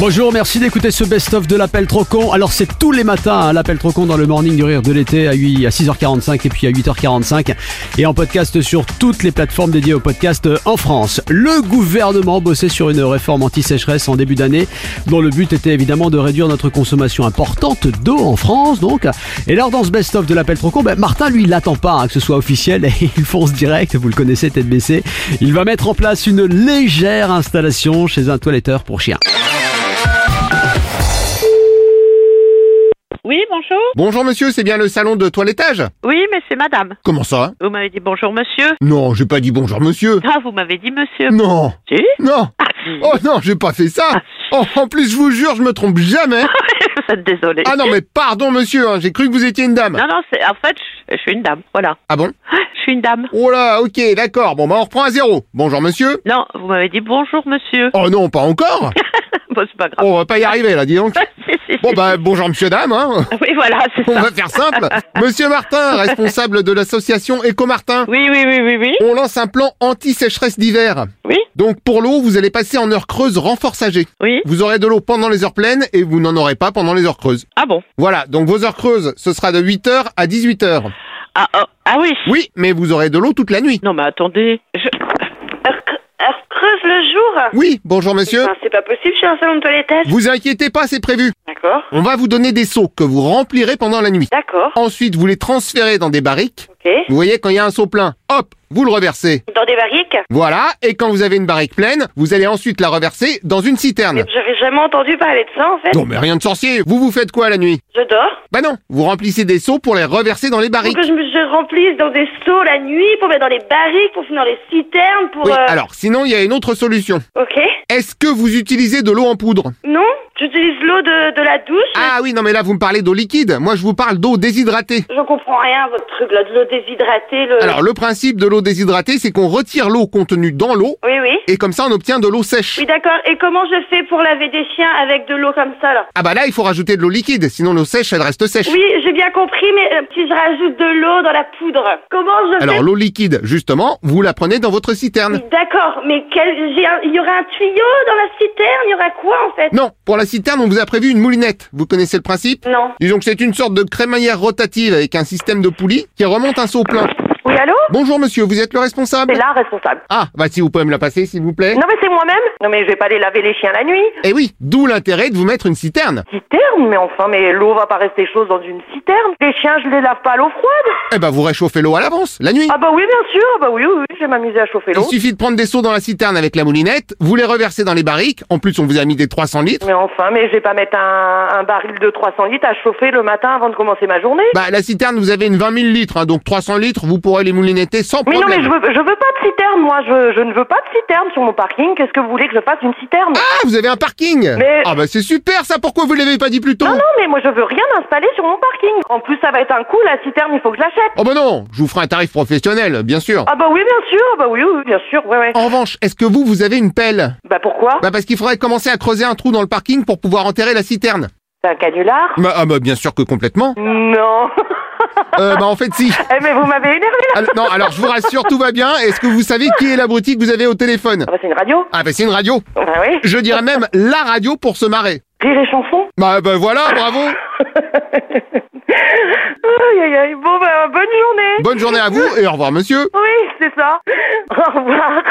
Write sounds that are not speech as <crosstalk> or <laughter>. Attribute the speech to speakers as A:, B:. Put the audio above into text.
A: Bonjour, merci d'écouter ce best-of de l'appel trop con. Alors c'est tous les matins hein, l'appel trop con dans le morning du rire de l'été à, 8, à 6h45 et puis à 8h45 et en podcast sur toutes les plateformes dédiées au podcast euh, en France. Le gouvernement bossait sur une réforme anti-sécheresse en début d'année dont le but était évidemment de réduire notre consommation importante d'eau en France donc. Et alors dans ce best-of de l'appel trop con, ben, Martin lui il l'attend pas hein, que ce soit officiel <laughs> et il fonce direct, vous le connaissez tête baissée. Il va mettre en place une légère installation chez un toiletteur pour chiens.
B: Oui, bonjour.
C: Bonjour monsieur, c'est bien le salon de toilettage
B: Oui, mais c'est madame.
C: Comment ça
B: Vous m'avez dit bonjour monsieur.
C: Non, j'ai pas dit bonjour monsieur.
B: Ah, vous m'avez dit monsieur.
C: Non,
B: Si Ah,
C: non. Mm. Oh non, j'ai pas fait ça. Oh, en plus, je vous jure, je me trompe jamais.
B: <laughs> Vous êtes désolé.
C: Ah non, mais pardon monsieur, hein, j'ai cru que vous étiez une dame.
B: Non, non, c'est, en fait, je, je suis une dame. Voilà.
C: Ah bon
B: Je suis une dame.
C: Oh là, ok, d'accord. Bon bah on reprend à zéro. Bonjour monsieur.
B: Non, vous m'avez dit bonjour monsieur. <laughs>
C: Oh non, pas encore.
B: bon, c'est pas grave.
C: On va pas y arriver là, dis donc.
B: <laughs> Si, si,
C: Bon ben,
B: si.
C: bah bonjour monsieur dame. Hein.
B: Oui, voilà, c'est
C: On
B: ça.
C: va faire simple. Monsieur Martin, responsable de l'association Éco-Martin.
B: Oui, oui, oui, oui, oui.
C: On lance un plan anti-sécheresse d'hiver.
B: Oui,
C: Donc pour l'eau, vous allez passer en heure creuse renforçagée.
B: oui.
C: Vous aurez de l'eau pendant les heures pleines et vous n'en aurez pas pendant les heures creuses.
B: Ah bon.
C: Voilà, donc vos heures creuses, ce sera de 8h à 18h.
B: Ah, oh, ah oui.
C: Oui, mais vous aurez de l'eau toute la nuit.
B: Non, mais attendez. Je...
D: Elle creuse le jour
C: Oui, bonjour monsieur.
D: Putain, C'est pas possible, j'ai un salon de toilettage.
C: Vous inquiétez pas, c'est prévu.
D: D'accord,
C: On va vous donner des seaux que vous remplirez pendant la nuit.
D: d'accord,
C: Ensuite, vous les transférez dans des barriques.
D: ok.
C: Vous voyez, quand il y a un seau plein, hop, vous le reversez.
D: Dans des barriques
C: Voilà, et quand vous avez une barrique pleine, vous allez ensuite la reverser dans une citerne.
D: J'avais jamais entendu parler de ça en fait.
C: Non mais rien de sorcier, vous vous faites quoi la nuit
D: Je dors.
C: Bah non, vous remplissez des seaux pour les reverser dans les
D: Pour
C: barriques.
D: que je me je remplisse dans des seaux la nuit, pour mettre dans les barriques, pour finir dans les citernes, pour.
C: Oui,
D: euh,
C: alors sinon il y a une autre solution.
D: Ok.
C: Est-ce que vous utilisez de l'eau en poudre
D: Non J'utilise l'eau de, de la douche.
C: Ah oui, non mais là vous me parlez d'eau liquide, moi je vous parle d'eau déshydratée.
D: Je comprends rien, votre truc là, de l'eau déshydratée, le.
C: Alors le principe de l'eau déshydratée, c'est qu'on retire l'eau contenue dans l'eau
D: Oui, oui.
C: et comme ça on obtient de l'eau sèche.
D: Oui, d'accord. Et comment je fais pour laver des chiens avec de l'eau comme ça là
C: Ah bah là il faut rajouter de l'eau liquide, sinon l'eau sèche elle reste sèche.
D: Oui, j'ai bien compris, mais euh, si je rajoute de l'eau dans la poudre, comment je fais
C: Alors l'eau liquide, justement, vous la prenez dans votre citerne.
D: Oui, D'accord, mais quel... j'ai un- il y aura un tuyau dans la citerne, il y aura quoi en fait
C: Non, pour la citerne on vous a prévu une moulinette, vous connaissez le principe
D: Non.
C: Disons que c'est une sorte de crémaillère rotative avec un système de poulie qui remonte un seau plein.
D: Oui, allô
C: Bonjour monsieur, vous êtes le responsable
D: C'est là, responsable.
C: Ah, bah si vous pouvez me la passer s'il vous plaît.
D: Non, mais c'est moi-même. Non, mais je vais pas aller laver les chiens la nuit.
C: Eh oui, d'où l'intérêt de vous mettre une citerne.
D: Citerne, mais enfin, mais l'eau va pas rester chaude dans une citerne. Les chiens, je les lave pas à l'eau froide.
C: Eh ben vous réchauffez l'eau à l'avance, la nuit.
D: Ah bah oui, bien sûr. Ah bah oui, oui, oui, je vais m'amuser à chauffer
C: Il
D: l'eau.
C: suffit de prendre des seaux dans la citerne avec la moulinette, vous les reversez dans les barriques, en plus on vous a mis des 300 litres.
D: Mais enfin, mais je vais pas mettre un, un baril de 300 litres à chauffer le matin avant de commencer ma journée.
C: Bah la citerne vous avez une 20 000 litres, hein, donc 300 litres vous pourrez les moulinetter sans
D: mais non,
C: problème.
D: mais je veux, je veux pas de citerne, moi. Je, je ne veux pas de citerne sur mon parking. Qu'est-ce que vous voulez que je fasse une citerne
C: Ah, vous avez un parking
D: Mais-
C: Ah bah c'est super ça, pourquoi vous l'avez pas dit plus tôt
D: Non, non, mais moi je veux rien installer sur mon parking. En plus, ça va être un coup, la citerne, il faut que je l'achète.
C: Oh bah non, je vous ferai un tarif professionnel, bien sûr.
D: Ah bah oui, bien sûr, ah bah oui, oui, bien sûr, ouais, ouais.
C: En revanche, est-ce que vous, vous avez une pelle
D: Bah pourquoi
C: Bah parce qu'il faudrait commencer à creuser un trou dans le parking pour pouvoir enterrer la citerne.
D: C'est un canular
C: Bah, ah bah bien sûr que complètement. <laughs>
D: Non.
C: Euh, bah en fait si.
D: Eh, mais vous m'avez énervé là.
C: Ah, non, alors je vous rassure, tout va bien. Est-ce que vous savez qui est l'abruti que vous avez au téléphone
D: Ah bah c'est une radio.
C: Ah bah c'est une radio.
D: Bah oui.
C: Je dirais même la radio pour se marrer.
D: Rire et chanson. <laughs>
C: Bah bah voilà, bravo.
D: aïe, aïe, aïe. Bon, bah bonne journée.
C: Bonne journée à vous et au revoir monsieur.
D: Oui, c'est ça. Au revoir.